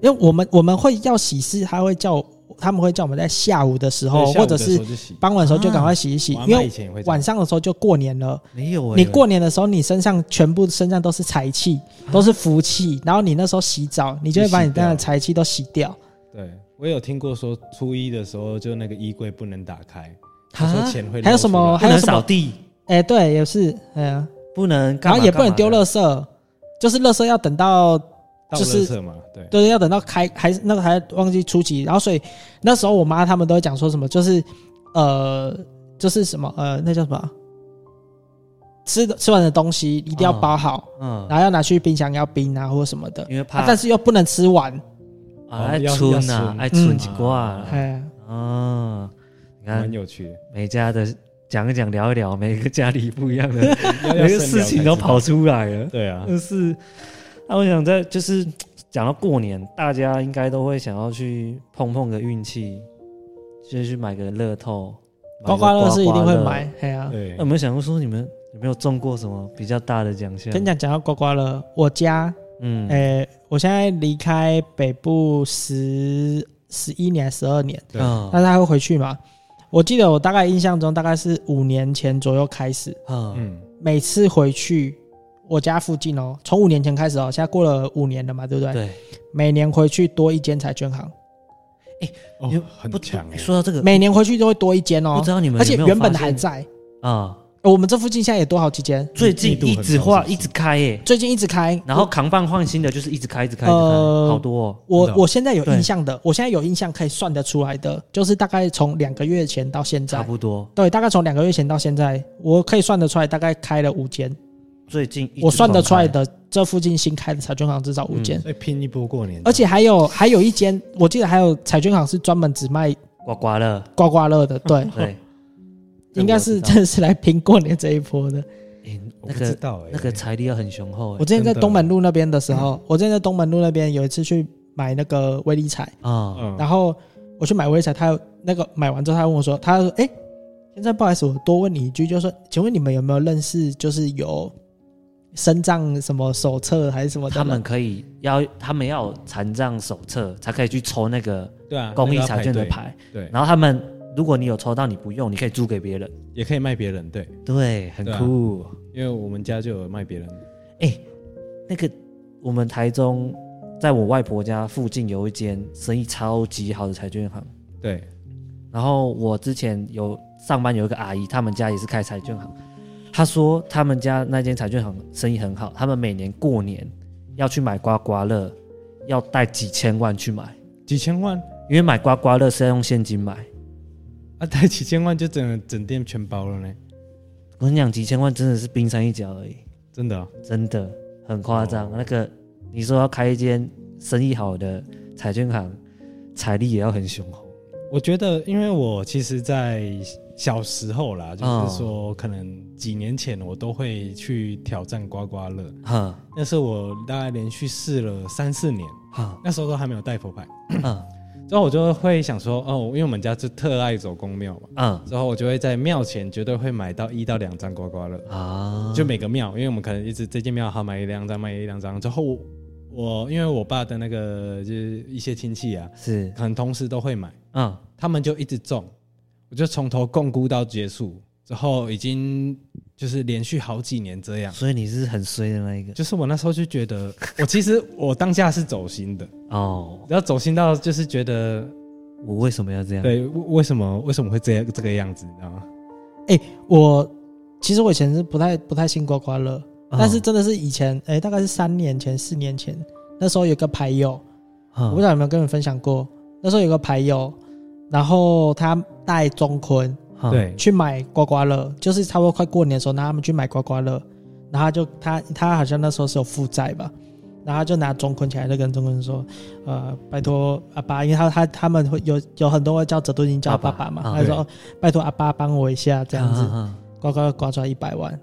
Speaker 1: 因为我们我们会要洗是，他会叫我他们会叫我们在下午的时候，或者是傍晚的时候就赶快洗一洗，
Speaker 3: 啊
Speaker 1: 因为晚上的时候就过年了。
Speaker 3: 没有、欸，
Speaker 1: 你过年的时候，你身上全部身上都是财气，
Speaker 3: 啊
Speaker 1: 都是福气，然后你那时候洗澡，你就会把你身上的财气都洗掉。
Speaker 2: 对我有听过说初一的时候就那个衣柜不能打开，他
Speaker 3: 啊
Speaker 2: 说钱会流出来
Speaker 1: 还有什么？
Speaker 3: 不
Speaker 1: 还有
Speaker 3: 能
Speaker 1: 什
Speaker 3: 扫
Speaker 1: 么？
Speaker 3: 地，
Speaker 1: 哎、对，也是，哎呀、
Speaker 3: 不能干
Speaker 1: 然
Speaker 3: 嘛
Speaker 1: 后也不能丢
Speaker 3: 干嘛
Speaker 1: 垃圾，就是垃圾要等到
Speaker 2: 倒
Speaker 1: 就是
Speaker 2: 垃圾嘛，对，
Speaker 1: 对，要等到开还是那个还忘记初期，然后所以那时候我妈他们都会讲说什么，就是呃，就是什么呃，那叫什么啊？吃的吃完的东西一定要包好，
Speaker 3: 嗯，
Speaker 1: 然后要拿去冰箱要冰啊，或者什么的、
Speaker 3: 因为
Speaker 1: 啊
Speaker 3: 怕，
Speaker 1: 但是又不能吃完。
Speaker 3: 啊爱
Speaker 2: 要
Speaker 3: 存
Speaker 2: 要
Speaker 3: 啊
Speaker 2: 存，
Speaker 3: 爱存
Speaker 1: 嗯
Speaker 3: 一挂
Speaker 1: 哎，
Speaker 3: 啊，你看
Speaker 2: 蛮有趣 的。
Speaker 3: 每家的讲一讲聊一聊，每个家里不一样 的，
Speaker 2: 要
Speaker 3: 每个事情都跑，嗯出来了
Speaker 2: 要深聊才知道。对啊，
Speaker 3: 但是，那我想在就是讲到过年，大家应该都会想要去碰碰个运气，就是去买个乐透，买个
Speaker 1: 刮刮乐是一定会
Speaker 3: 刮刮乐。
Speaker 1: 买。哎呀、
Speaker 2: 对
Speaker 3: 那有，没有想过说你们有没有中过什么比较大的奖项？
Speaker 1: 跟你，讲，讲到刮刮乐，我家，
Speaker 3: 嗯，
Speaker 1: 哎、我现在离开北部十十一年、十二年，
Speaker 2: 对
Speaker 3: 啊
Speaker 1: 但是他会回去嘛？我记得我大概印象中大概是五年前左右开始，
Speaker 3: 啊，
Speaker 2: 嗯，
Speaker 1: 每次回去我家附近哦，从五年前开始哦，现在过了五年了嘛，对不对？
Speaker 3: 对，
Speaker 1: 每年回去多一间彩券行，
Speaker 2: 哦
Speaker 3: 因为，
Speaker 2: 很
Speaker 3: 不
Speaker 2: 强哎，
Speaker 3: 说到这个，
Speaker 1: 每年回去都会多一间
Speaker 3: 不
Speaker 1: 哦
Speaker 3: 知，道你们
Speaker 1: 而且
Speaker 3: 有没有
Speaker 1: 原本
Speaker 3: 发现
Speaker 1: 还在。
Speaker 3: 啊，
Speaker 1: 呃我们这附近现在也多好几间，
Speaker 3: 最近
Speaker 2: 密
Speaker 3: 一
Speaker 2: 度很
Speaker 3: 直
Speaker 2: 高
Speaker 3: 换
Speaker 2: 是不是
Speaker 3: 一直开耶，
Speaker 1: 最近一直开。
Speaker 3: 然后扛棒换新的就是一直开一直开一直
Speaker 1: 呃
Speaker 3: 开，好多哦。
Speaker 1: 我
Speaker 2: 真的哦
Speaker 1: 我现在有印象的，我现在有印象可以算得出来的，就是大概从两个月前到现
Speaker 3: 差
Speaker 1: 在，
Speaker 3: 不多，
Speaker 1: 对，大概从两个月前到现在，我可以算得出来，大概开了五间。
Speaker 3: 最近一直
Speaker 1: 我算得出来
Speaker 3: 狂
Speaker 1: 的，这附近新开的彩券行至少五间，
Speaker 3: 嗯
Speaker 2: 所以拼一波过年，
Speaker 1: 而且还有还有一间，我记得还有彩券行是专门只卖
Speaker 3: 开刮刮乐，
Speaker 1: 刮刮乐的，对，
Speaker 3: 对，
Speaker 1: 应该是
Speaker 3: 嗯这个
Speaker 1: 真的是来拼过年这一波的。
Speaker 2: 我
Speaker 3: 我知道诶那
Speaker 2: 不知
Speaker 3: 个
Speaker 2: 道哎，
Speaker 3: 那个财力要很雄厚
Speaker 1: 我
Speaker 3: 诶
Speaker 1: 之前在
Speaker 2: 真的
Speaker 1: 东门路那边的时候，我之前在东门路那边有一次去买那个威力彩，
Speaker 3: 啊，
Speaker 2: 嗯，
Speaker 1: 然后我去买威力彩，他有那个买完之后，他问我说，他说，哎、现在不好意思，我多问你一句，就是说，请问你们有没有认识就是有身障什么手册还是什么的
Speaker 3: 他
Speaker 1: 人？
Speaker 3: 们可以要他们要有残障手册才可以去抽那个
Speaker 2: 对啊，
Speaker 3: 公
Speaker 2: 那
Speaker 3: 益
Speaker 2: 个要
Speaker 3: 彩券的
Speaker 2: 排
Speaker 3: 牌，
Speaker 2: 队，对，
Speaker 3: 然后他们如果你有抽到你不用，你可以租给别人，
Speaker 2: 也可以卖别人，对，
Speaker 3: 对，很
Speaker 2: 对啊
Speaker 3: 酷。
Speaker 2: 因为我们家就有卖别人的，
Speaker 3: 那个我们台中，在我外婆家附近有一间生意超级好的彩券行。
Speaker 2: 对，
Speaker 3: 然后我之前有上班有一个阿姨，他们家也是开彩券行，她说他们家那间彩券行生意很好，他们每年过年要去买刮刮乐，要带几千万去买，
Speaker 2: 几千万
Speaker 3: 因为买刮刮乐是要用现金买。
Speaker 2: 啊，带 几千万就整整店全包了呢，
Speaker 3: 我跟你讲，几千万真的是冰山一角而已，
Speaker 2: 真的哦，
Speaker 3: 真的很夸张。
Speaker 2: 哦
Speaker 3: 那个你说要开一间生意好的彩券行，财力也要很雄厚。
Speaker 2: 我觉得，因为我其实，在小时候啦，就是说，可能几年前我都会去挑战刮刮乐，
Speaker 3: 哈
Speaker 2: 那是我大概连续试了三四年，
Speaker 3: 哈
Speaker 2: 那时候都还没有带佛牌，
Speaker 3: 嗯
Speaker 2: 之后我就会想说，哦，因为我们家是特爱走公庙嘛，
Speaker 3: 嗯
Speaker 2: 之后我就会在庙前绝对会买到一到两张刮刮乐，
Speaker 3: 啊，
Speaker 2: 就每个庙，因为我们可能一直这间庙好买一两张，买一两张，之后我我因为我爸的那个就是一些亲戚啊，
Speaker 3: 是
Speaker 2: 可能同事都会买。
Speaker 3: 嗯
Speaker 2: 他们就一直中，我就从头共估到结束，之后已经就是连续好几年这样。
Speaker 3: 所以你是很衰的那一个
Speaker 2: 就是我那时候就觉得，我其实我当下是走心的，
Speaker 3: 哦。
Speaker 2: 然后走心到就是觉得，
Speaker 3: 我为什么要这样？，
Speaker 2: 对，为为什么为什么会这样这个样子，你知道吗？
Speaker 1: 我其实我以前是不太不太信刮刮乐，
Speaker 3: 啊
Speaker 1: 但是真的是以前，哎、大概是三年前、四年前，那时候有个牌友，我不知
Speaker 3: 嗯
Speaker 1: 道有没有跟你们分享过，那时候有个牌友，然后他带中坤
Speaker 3: 嗯
Speaker 2: 对，
Speaker 1: 去买刮刮乐，就是差不多快过年的时候，拿他们去买刮刮乐，然后他就他他好像那时候是有负债吧。然后他就拿中坤起来，就跟中坤说：“呃，拜托阿爸，因为他他他们会有有很多会叫折度金叫
Speaker 3: 爸
Speaker 1: 爸
Speaker 3: 爸
Speaker 1: 爸嘛，
Speaker 3: 啊
Speaker 1: 他就说哦拜托阿爸帮我一下这样子。
Speaker 3: 嗯嗯
Speaker 1: 刮刮刮出来一百万，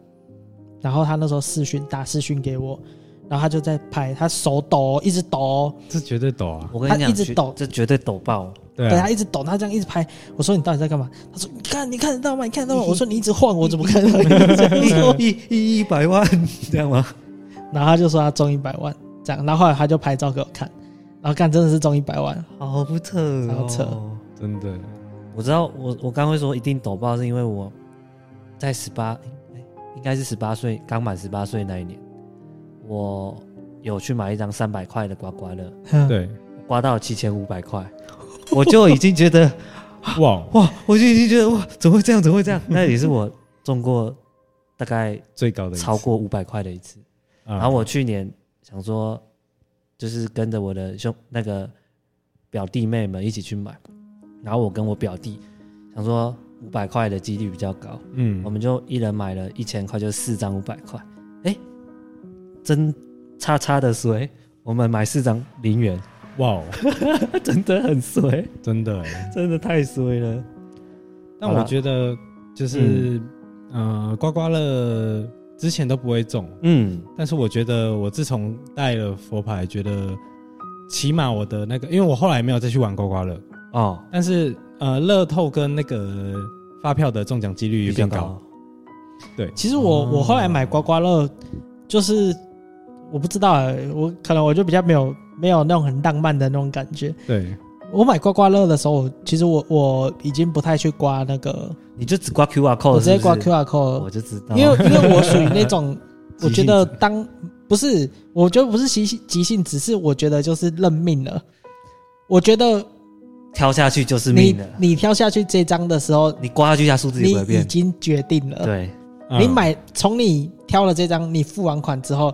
Speaker 1: 然后他那时候视讯打视讯给我，然后他就在拍，他手抖哦，一直抖哦，
Speaker 2: 这绝对抖啊
Speaker 3: 嗯！我跟你讲，
Speaker 1: 他一直
Speaker 3: 绝
Speaker 1: 抖
Speaker 3: 这绝对抖 爆。
Speaker 2: 对
Speaker 1: 对
Speaker 2: 啊
Speaker 1: 他，一直抖，他这样一直拍。我说你到底在干嘛？他说你看你看得到吗？你看得 到吗？我说你一直晃，我怎么看得到？
Speaker 3: 一一一百万 这样吗？
Speaker 1: 然后他就说他中一百万，这样，然后后来他就拍照给我看，然后看真的是中一百万，
Speaker 3: 好不扯
Speaker 1: 好扯
Speaker 3: 哦！
Speaker 2: 真的
Speaker 3: 我知道，我我刚会说一定抖爆，是因为我在十八，哎应该是十八岁刚满十八岁那一年，我有去买一张三百块的刮刮乐，
Speaker 1: 哼，
Speaker 2: 对，
Speaker 3: 刮到七千五百块，我就已经觉得
Speaker 2: 哇，
Speaker 3: 哇，我就已经觉得哇，怎么会这样？怎么会这样？那也是我中过大概
Speaker 2: 最高的一次啊
Speaker 3: 超，过五百块的一次。
Speaker 2: 然
Speaker 3: 然后我去年想说就是跟着我的兄那个表弟妹们一起去买，然后我跟我表弟想说五百块的几率比较高，
Speaker 2: 嗯
Speaker 3: 我们就一人买了一千块，就四张五百块。哎、真叉叉的衰，我们买四张零元，
Speaker 2: 哇哦，
Speaker 3: 真的很衰，
Speaker 2: 真的欸。
Speaker 3: 真的太衰了。
Speaker 2: 但
Speaker 3: 好
Speaker 2: 我
Speaker 3: 啦
Speaker 2: 觉得就是，呃，刮刮乐之前都不会中，
Speaker 3: 嗯，
Speaker 2: 但是我觉得我自从带了佛牌，觉得起码我的那个，因为我后来没有再去玩刮刮乐，
Speaker 3: 哦，
Speaker 2: 但是呃，乐透跟那个发票的中奖几率变高。
Speaker 1: 其实我、
Speaker 3: 哦
Speaker 1: 我后来买刮刮乐，就是我不知道、欸，我可能我就比较没有没有那种很浪漫的那种感觉。
Speaker 2: 对，，
Speaker 1: 我买刮刮乐的时候，我其实我我已经不太去刮那个，
Speaker 3: 你就只刮 QR code，
Speaker 1: 我直接
Speaker 3: 是不
Speaker 1: 刮
Speaker 3: 是
Speaker 1: QR code，
Speaker 3: 我就知道，
Speaker 1: 因为因为我属于那 种
Speaker 2: 急
Speaker 1: 我觉
Speaker 2: 性子
Speaker 1: 得当不是，我觉得不是急性急性，只是我觉得就是认命了。我觉得
Speaker 3: 跳下去就是
Speaker 1: 你
Speaker 3: 命了。
Speaker 1: 你跳下去这张的时候，
Speaker 3: 你刮下去，它数字
Speaker 1: 你
Speaker 3: 也不会
Speaker 1: 已
Speaker 3: 变。
Speaker 1: 经决定了。
Speaker 3: 对，
Speaker 1: 你
Speaker 2: 嗯
Speaker 1: 买从你挑了这张，你付完款之后，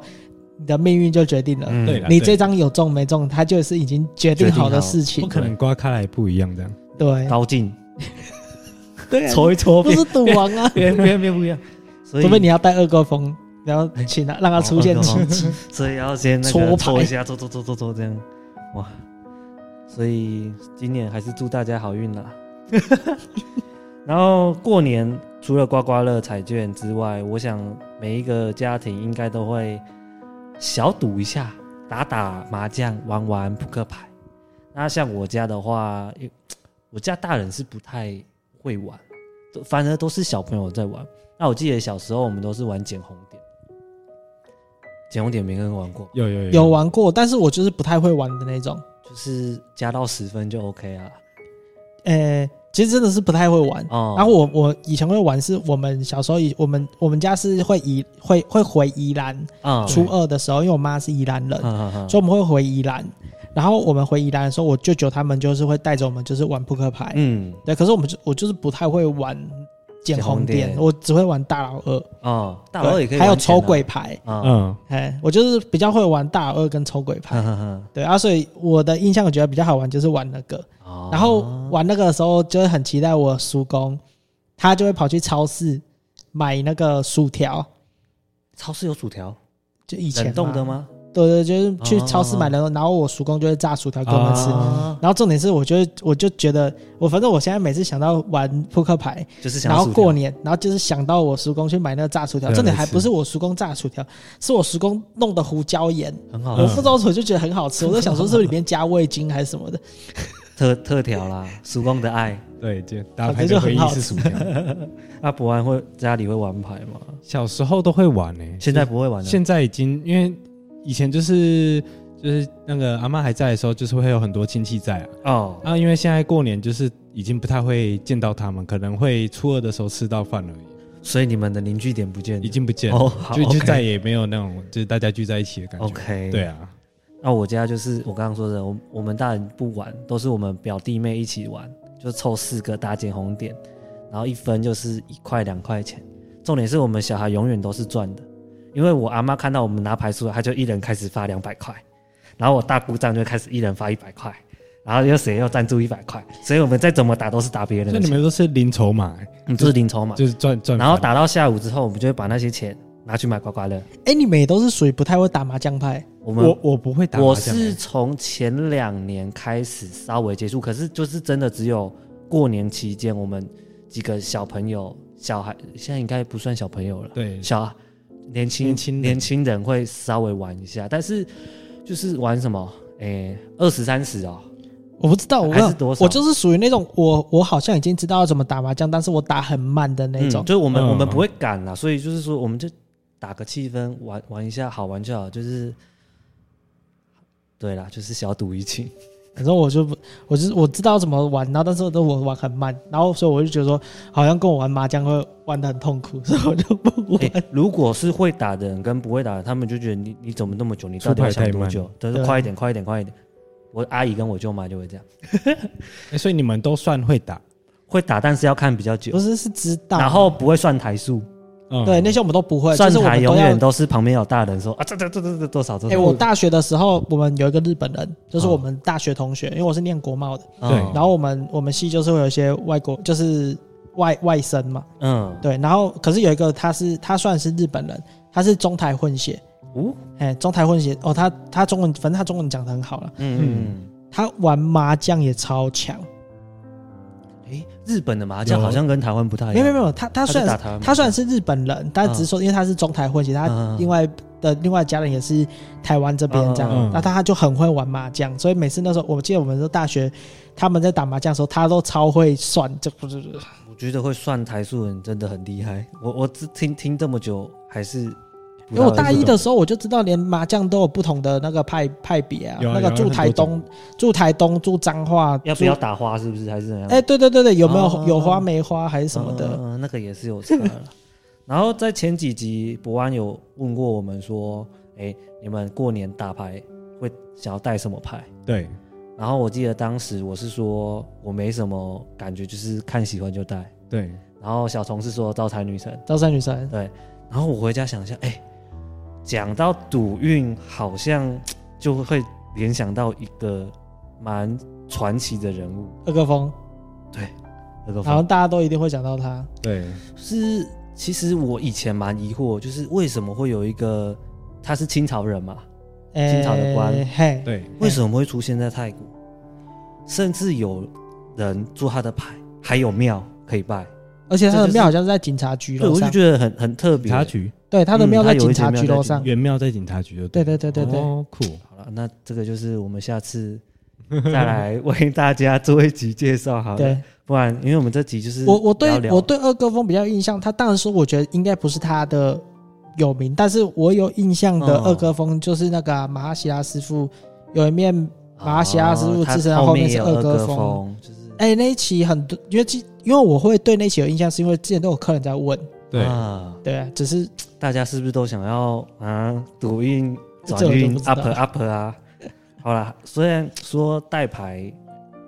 Speaker 1: 你的命运就决定了。
Speaker 3: 嗯
Speaker 2: 对啦
Speaker 1: 你这张有中没中，它就是已经决定好的事
Speaker 2: 不
Speaker 1: 情。
Speaker 2: 可能刮开来不一样这样。
Speaker 1: 对，
Speaker 3: 高进
Speaker 1: 对啊
Speaker 3: 搓一搓
Speaker 1: 不
Speaker 3: 变，
Speaker 1: 是赌王啊
Speaker 3: 变变变不一样， 所以
Speaker 1: 除非你要啊带二哥风，然后请他让他出现
Speaker 3: 哦
Speaker 1: 奇迹。
Speaker 3: 所以要先那
Speaker 1: 搓
Speaker 3: 个
Speaker 1: 牌
Speaker 3: 搓一下，搓搓搓搓搓这样，哇！所以今年还是祝大家好运啦。 然后过年除了刮刮乐、彩券之外，我想每一个家庭应该都会小赌一下，打打麻将，玩玩扑克牌。那像我家的话，因我家大人是不太会玩，都反而都是小朋友在玩。那我记得小时候我们都是玩捡红点，捡红点没跟人玩过吧，
Speaker 2: 有有有啊
Speaker 1: 有玩过，但是我就是不太会玩的那种。
Speaker 3: 就是加到十分就 OK 啊。
Speaker 1: 呃，其实真的是不太会玩。
Speaker 3: 哦，
Speaker 1: 然后我我以前会玩，是我们小时候以我们我们家是会宜会会回宜兰，
Speaker 3: 啊
Speaker 1: 初二的时候，因为我妈是宜兰人，
Speaker 3: 嗯
Speaker 1: 所以我们会回宜兰。然后我们回宜兰的时候，我舅舅他们就是会带着我们就是玩扑克牌，
Speaker 3: 嗯
Speaker 1: 对。可是我们就我就是不太会玩捡红
Speaker 3: 捡
Speaker 1: 点，
Speaker 3: 红点
Speaker 1: 我只会玩大老二，
Speaker 3: 哦，大佬
Speaker 1: 对
Speaker 3: 也可以玩钱啊，
Speaker 1: 还有抽鬼牌，
Speaker 3: 啊，
Speaker 2: 嗯，
Speaker 1: 哎，我就是比较会玩大老二跟抽鬼牌，
Speaker 3: 哈哈哈
Speaker 1: 对啊，所以我的印象我觉得比较好玩就是玩那个，
Speaker 3: 哦
Speaker 1: 然后玩那个的时候就会很期待我叔公，他就会跑去超市买那个薯条，
Speaker 3: 超市有薯条，
Speaker 1: 就以前
Speaker 3: 冷
Speaker 1: 嘛
Speaker 3: 冻的？吗？
Speaker 1: 对对，就是去超市买冷冻，然后我叔公就会炸薯条给我们吃。
Speaker 3: 哦
Speaker 2: 啊
Speaker 1: 然后重点是，我就会我就觉得，我反正我现在每次想到玩扑克牌，
Speaker 3: 就是想
Speaker 1: 然
Speaker 3: 要
Speaker 1: 后
Speaker 3: 薯条
Speaker 1: 过年，然后就是想到我叔公去买那个炸薯条，
Speaker 2: 对
Speaker 1: 重点
Speaker 2: 没
Speaker 1: 还
Speaker 2: 吃
Speaker 1: 不是我叔公炸薯条，是我叔公弄的胡椒盐，
Speaker 3: 很好
Speaker 1: 我
Speaker 2: 嗯
Speaker 1: 不知道为什么就觉得很好吃，我在想说是不是里面加味精还是什么的，
Speaker 3: 特特调啦，曙光的爱。
Speaker 2: 对，就打
Speaker 1: 反
Speaker 2: 牌
Speaker 1: 正
Speaker 2: 的
Speaker 1: 就
Speaker 2: 回
Speaker 1: 很
Speaker 2: 忆
Speaker 1: 好
Speaker 2: 是薯条。
Speaker 3: 阿伯安会家里会玩牌吗？
Speaker 2: 小时候都会玩欸 呢，
Speaker 3: 现在不会玩了。
Speaker 2: 现在已经因为以前就是就是那个阿妈还在的时候，就是会有很多亲戚在啊。
Speaker 3: 哦，
Speaker 2: 啊，因为现在过年就是已经不太会见到他们，可能会初二的时候吃到饭而已，
Speaker 3: 所以你们的凝聚点不见了
Speaker 2: 已。经不见了，
Speaker 3: 嗯哦，好
Speaker 2: 就就
Speaker 3: OK
Speaker 2: 再也没有那种就是大家聚在一起的感觉。
Speaker 3: OK，
Speaker 2: 对啊，
Speaker 3: 那我家就是我刚刚说的，我我们大人不玩，都是我们表弟妹一起玩，就凑四个打捡红点，然后一分就是一块两块钱。重点是我们小孩永远都是赚的，因为我阿妈看到我们拿牌出来，她就一人开始发两百块，然后我大姑丈就开始一人发一百块，然后又谁要赞助一百块，所以我们再怎么打都是打别人
Speaker 2: 所
Speaker 3: 的
Speaker 2: 以你
Speaker 3: 钱，
Speaker 2: 们都是零筹码欸，
Speaker 3: 嗯就是零筹码。
Speaker 2: 就是赚赚翻。
Speaker 3: 然后打到下午之后，我们就会把那些钱拿去买刮刮乐。
Speaker 1: 哎，你们也都是属于不太会打麻将派，
Speaker 3: 我们
Speaker 2: 我我不会打麻
Speaker 3: 我
Speaker 2: 将欸
Speaker 3: 是从前两年开始稍微接触，可是就是真的只有过年期间，我们几个小朋友、小孩，现在应该不算小朋友了，
Speaker 2: 对
Speaker 3: 小年轻
Speaker 2: 年轻人
Speaker 3: 年轻人会稍微玩一下，但是就是玩什么，诶，二十三十哦，
Speaker 1: 我不知道，我
Speaker 3: 还是多少
Speaker 1: 我就是属于那种我我好像已经知道要怎么打麻将，但是我打很慢的那种
Speaker 3: 嗯、。就是我们、
Speaker 2: 嗯
Speaker 3: 我们不会赶啦，所以就是说我们就打个气氛，玩玩一下，好玩就好，就是。对啦，就是小赌怡情，
Speaker 1: 可是我就不，我就是我知道怎么玩，然后但是都我玩很慢，然后所以我就觉得说，好像跟我玩麻将会玩的很痛苦，所以我就不玩。
Speaker 3: 欸如果是会打的人跟不会打的，他们就觉得你你怎么那么久？你到底要想多久？他说
Speaker 1: 对啊
Speaker 3: 快一点，快一点，快一点。我阿姨跟我舅妈就会这样，
Speaker 2: 欸所以你们都算会打。
Speaker 3: 会打但是要看比较久
Speaker 1: 不，是是知道，
Speaker 3: 然后不会算台数，
Speaker 2: 嗯
Speaker 1: 对，那些我们都不会，就
Speaker 3: 算
Speaker 1: 是我
Speaker 3: 塔
Speaker 1: 们
Speaker 3: 永
Speaker 1: 都要
Speaker 3: 远。都是旁边有大人说啊，这这这这这多少多
Speaker 1: 哎、
Speaker 3: 少。
Speaker 1: 我大学的时候，我们有一个日本人，就是我们大学同学，因为我是念国贸的，
Speaker 3: 嗯
Speaker 2: 对
Speaker 1: 然后我们我们系就是会有一些外国，就是外外生嘛，
Speaker 3: 嗯，
Speaker 1: 对，然后可是有一个他是他算是日本人，他是中台混血，
Speaker 3: 哦，
Speaker 1: 哎、中台混血哦，他他中文反正他中文讲的很好了，
Speaker 3: 嗯嗯，
Speaker 1: 他玩麻将也超强，
Speaker 3: 哎，日本的麻将好像跟台湾不
Speaker 2: 哎
Speaker 3: 太一
Speaker 1: 没有
Speaker 3: 样，
Speaker 1: 没有没有，他他
Speaker 3: 是
Speaker 1: 虽然
Speaker 3: 打台湾麻
Speaker 1: 他虽然
Speaker 3: 将
Speaker 1: 是日本人，但只是
Speaker 2: 啊
Speaker 1: 说因为他是中台混血，他
Speaker 3: 嗯嗯嗯
Speaker 1: 另外的另外家人也是台湾这边这样，
Speaker 2: 嗯嗯嗯
Speaker 1: 那他他就很会玩麻将，所以每次那时候我记得我们说大学他们在打麻将的时候，他都超会算，这不是
Speaker 2: 嗯
Speaker 3: 我觉得会算台数人真的很厉害。我我只听听这么久，还是不
Speaker 1: 因为我大
Speaker 3: 太会
Speaker 1: 一的时候我就知道，连麻将都有不同的那个派派别啊，
Speaker 2: 有
Speaker 1: 那
Speaker 2: 啊
Speaker 1: 个
Speaker 2: 有啊
Speaker 1: 住台
Speaker 2: 很
Speaker 1: 东、住台东、住彰化，
Speaker 3: 要不
Speaker 1: 住
Speaker 3: 要？打花，是不是还是怎样？
Speaker 1: 哎，对对对对，有没
Speaker 2: 啊
Speaker 1: 有、
Speaker 3: 哦
Speaker 1: 有花没花还是什么的？
Speaker 3: 嗯那个也是有 差了。然后在前几集，博安有问过我们说，哎，你们过年打牌会想要带什么牌？
Speaker 2: 对，
Speaker 3: 然后我记得当时我是说我没什么感觉，就是看喜欢就带。
Speaker 2: 对，
Speaker 3: 然后小虫是说招财女神，
Speaker 1: 招三女神，
Speaker 3: 然后我回家想一下，哎，讲到赌运，好像就会联想到一个蛮传奇的人物，
Speaker 1: 二哥风，
Speaker 3: 那个
Speaker 1: 然后大家都一定会讲到他。
Speaker 2: 对，
Speaker 3: 是，其实我以前蛮疑惑，就是为什么会有一个他是清朝人嘛，清朝的官
Speaker 1: 哎嘿，
Speaker 2: 对，
Speaker 3: 为什么会出现在泰国？甚至有人做他的牌，还有庙可以拜，
Speaker 1: 而且他
Speaker 3: 这
Speaker 1: 的
Speaker 3: 就是
Speaker 1: 庙好像是在警察局
Speaker 3: 对，
Speaker 1: 楼
Speaker 3: 我就
Speaker 1: 上，
Speaker 3: 觉得很很特别。
Speaker 2: 警察局，
Speaker 1: 对，他的
Speaker 3: 嗯
Speaker 1: 庙
Speaker 3: 他
Speaker 1: 在
Speaker 3: 有
Speaker 1: 警
Speaker 3: 一间
Speaker 1: 察
Speaker 3: 庙
Speaker 1: 局
Speaker 3: 在
Speaker 1: 楼
Speaker 3: 警
Speaker 1: 上，
Speaker 2: 原庙在警察局就
Speaker 1: 对
Speaker 2: 对
Speaker 1: 对对对对，
Speaker 2: 哦，酷，
Speaker 3: 好了，那这个就是我们下次再来为大家做一集介绍好了，
Speaker 1: 对
Speaker 3: 不然因为我们这集就是
Speaker 1: 我我
Speaker 3: 聊
Speaker 1: 对
Speaker 3: 聊
Speaker 1: 我对二哥风比较有印象，他当然说我觉得应该不是他的有名，但是我有印象的
Speaker 3: 嗯
Speaker 1: 二哥风就是那个啊、马哈西拉师傅有一面，马来西亚师傅
Speaker 3: 哦他
Speaker 1: 自身
Speaker 3: 后
Speaker 1: 后面是
Speaker 3: 有
Speaker 1: 二哥
Speaker 3: 哥
Speaker 1: 风
Speaker 3: 风，就是
Speaker 1: 哎、那一期很多，因为记因为我会对那期有印象，是因为之前都有客人在问，
Speaker 2: 对，
Speaker 3: 啊
Speaker 1: 对啊，只是
Speaker 3: 大家是不是都想要啊赌运转
Speaker 1: 这我就
Speaker 3: 运
Speaker 1: 不知道
Speaker 3: up up 啊？ 好啦，虽然说带牌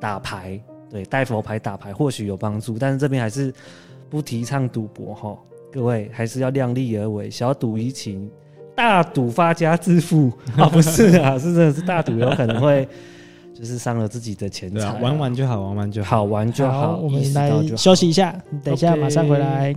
Speaker 3: 打牌，对带佛牌打牌或许有帮助，但是这边还是不提倡赌博哈，各位还是要量力而为，小赌怡情，大赌发家致富 啊，不是啊，是真的是大赌有可能会就是伤了自己的钱
Speaker 2: 对
Speaker 3: 财
Speaker 2: 啊，
Speaker 3: 啊、
Speaker 2: 玩玩就好，玩玩就好。
Speaker 3: 好玩就好，
Speaker 1: 我们
Speaker 3: 意识
Speaker 1: 来
Speaker 3: 到就好
Speaker 1: 休息一下，等一下
Speaker 3: OK
Speaker 1: 马上回来。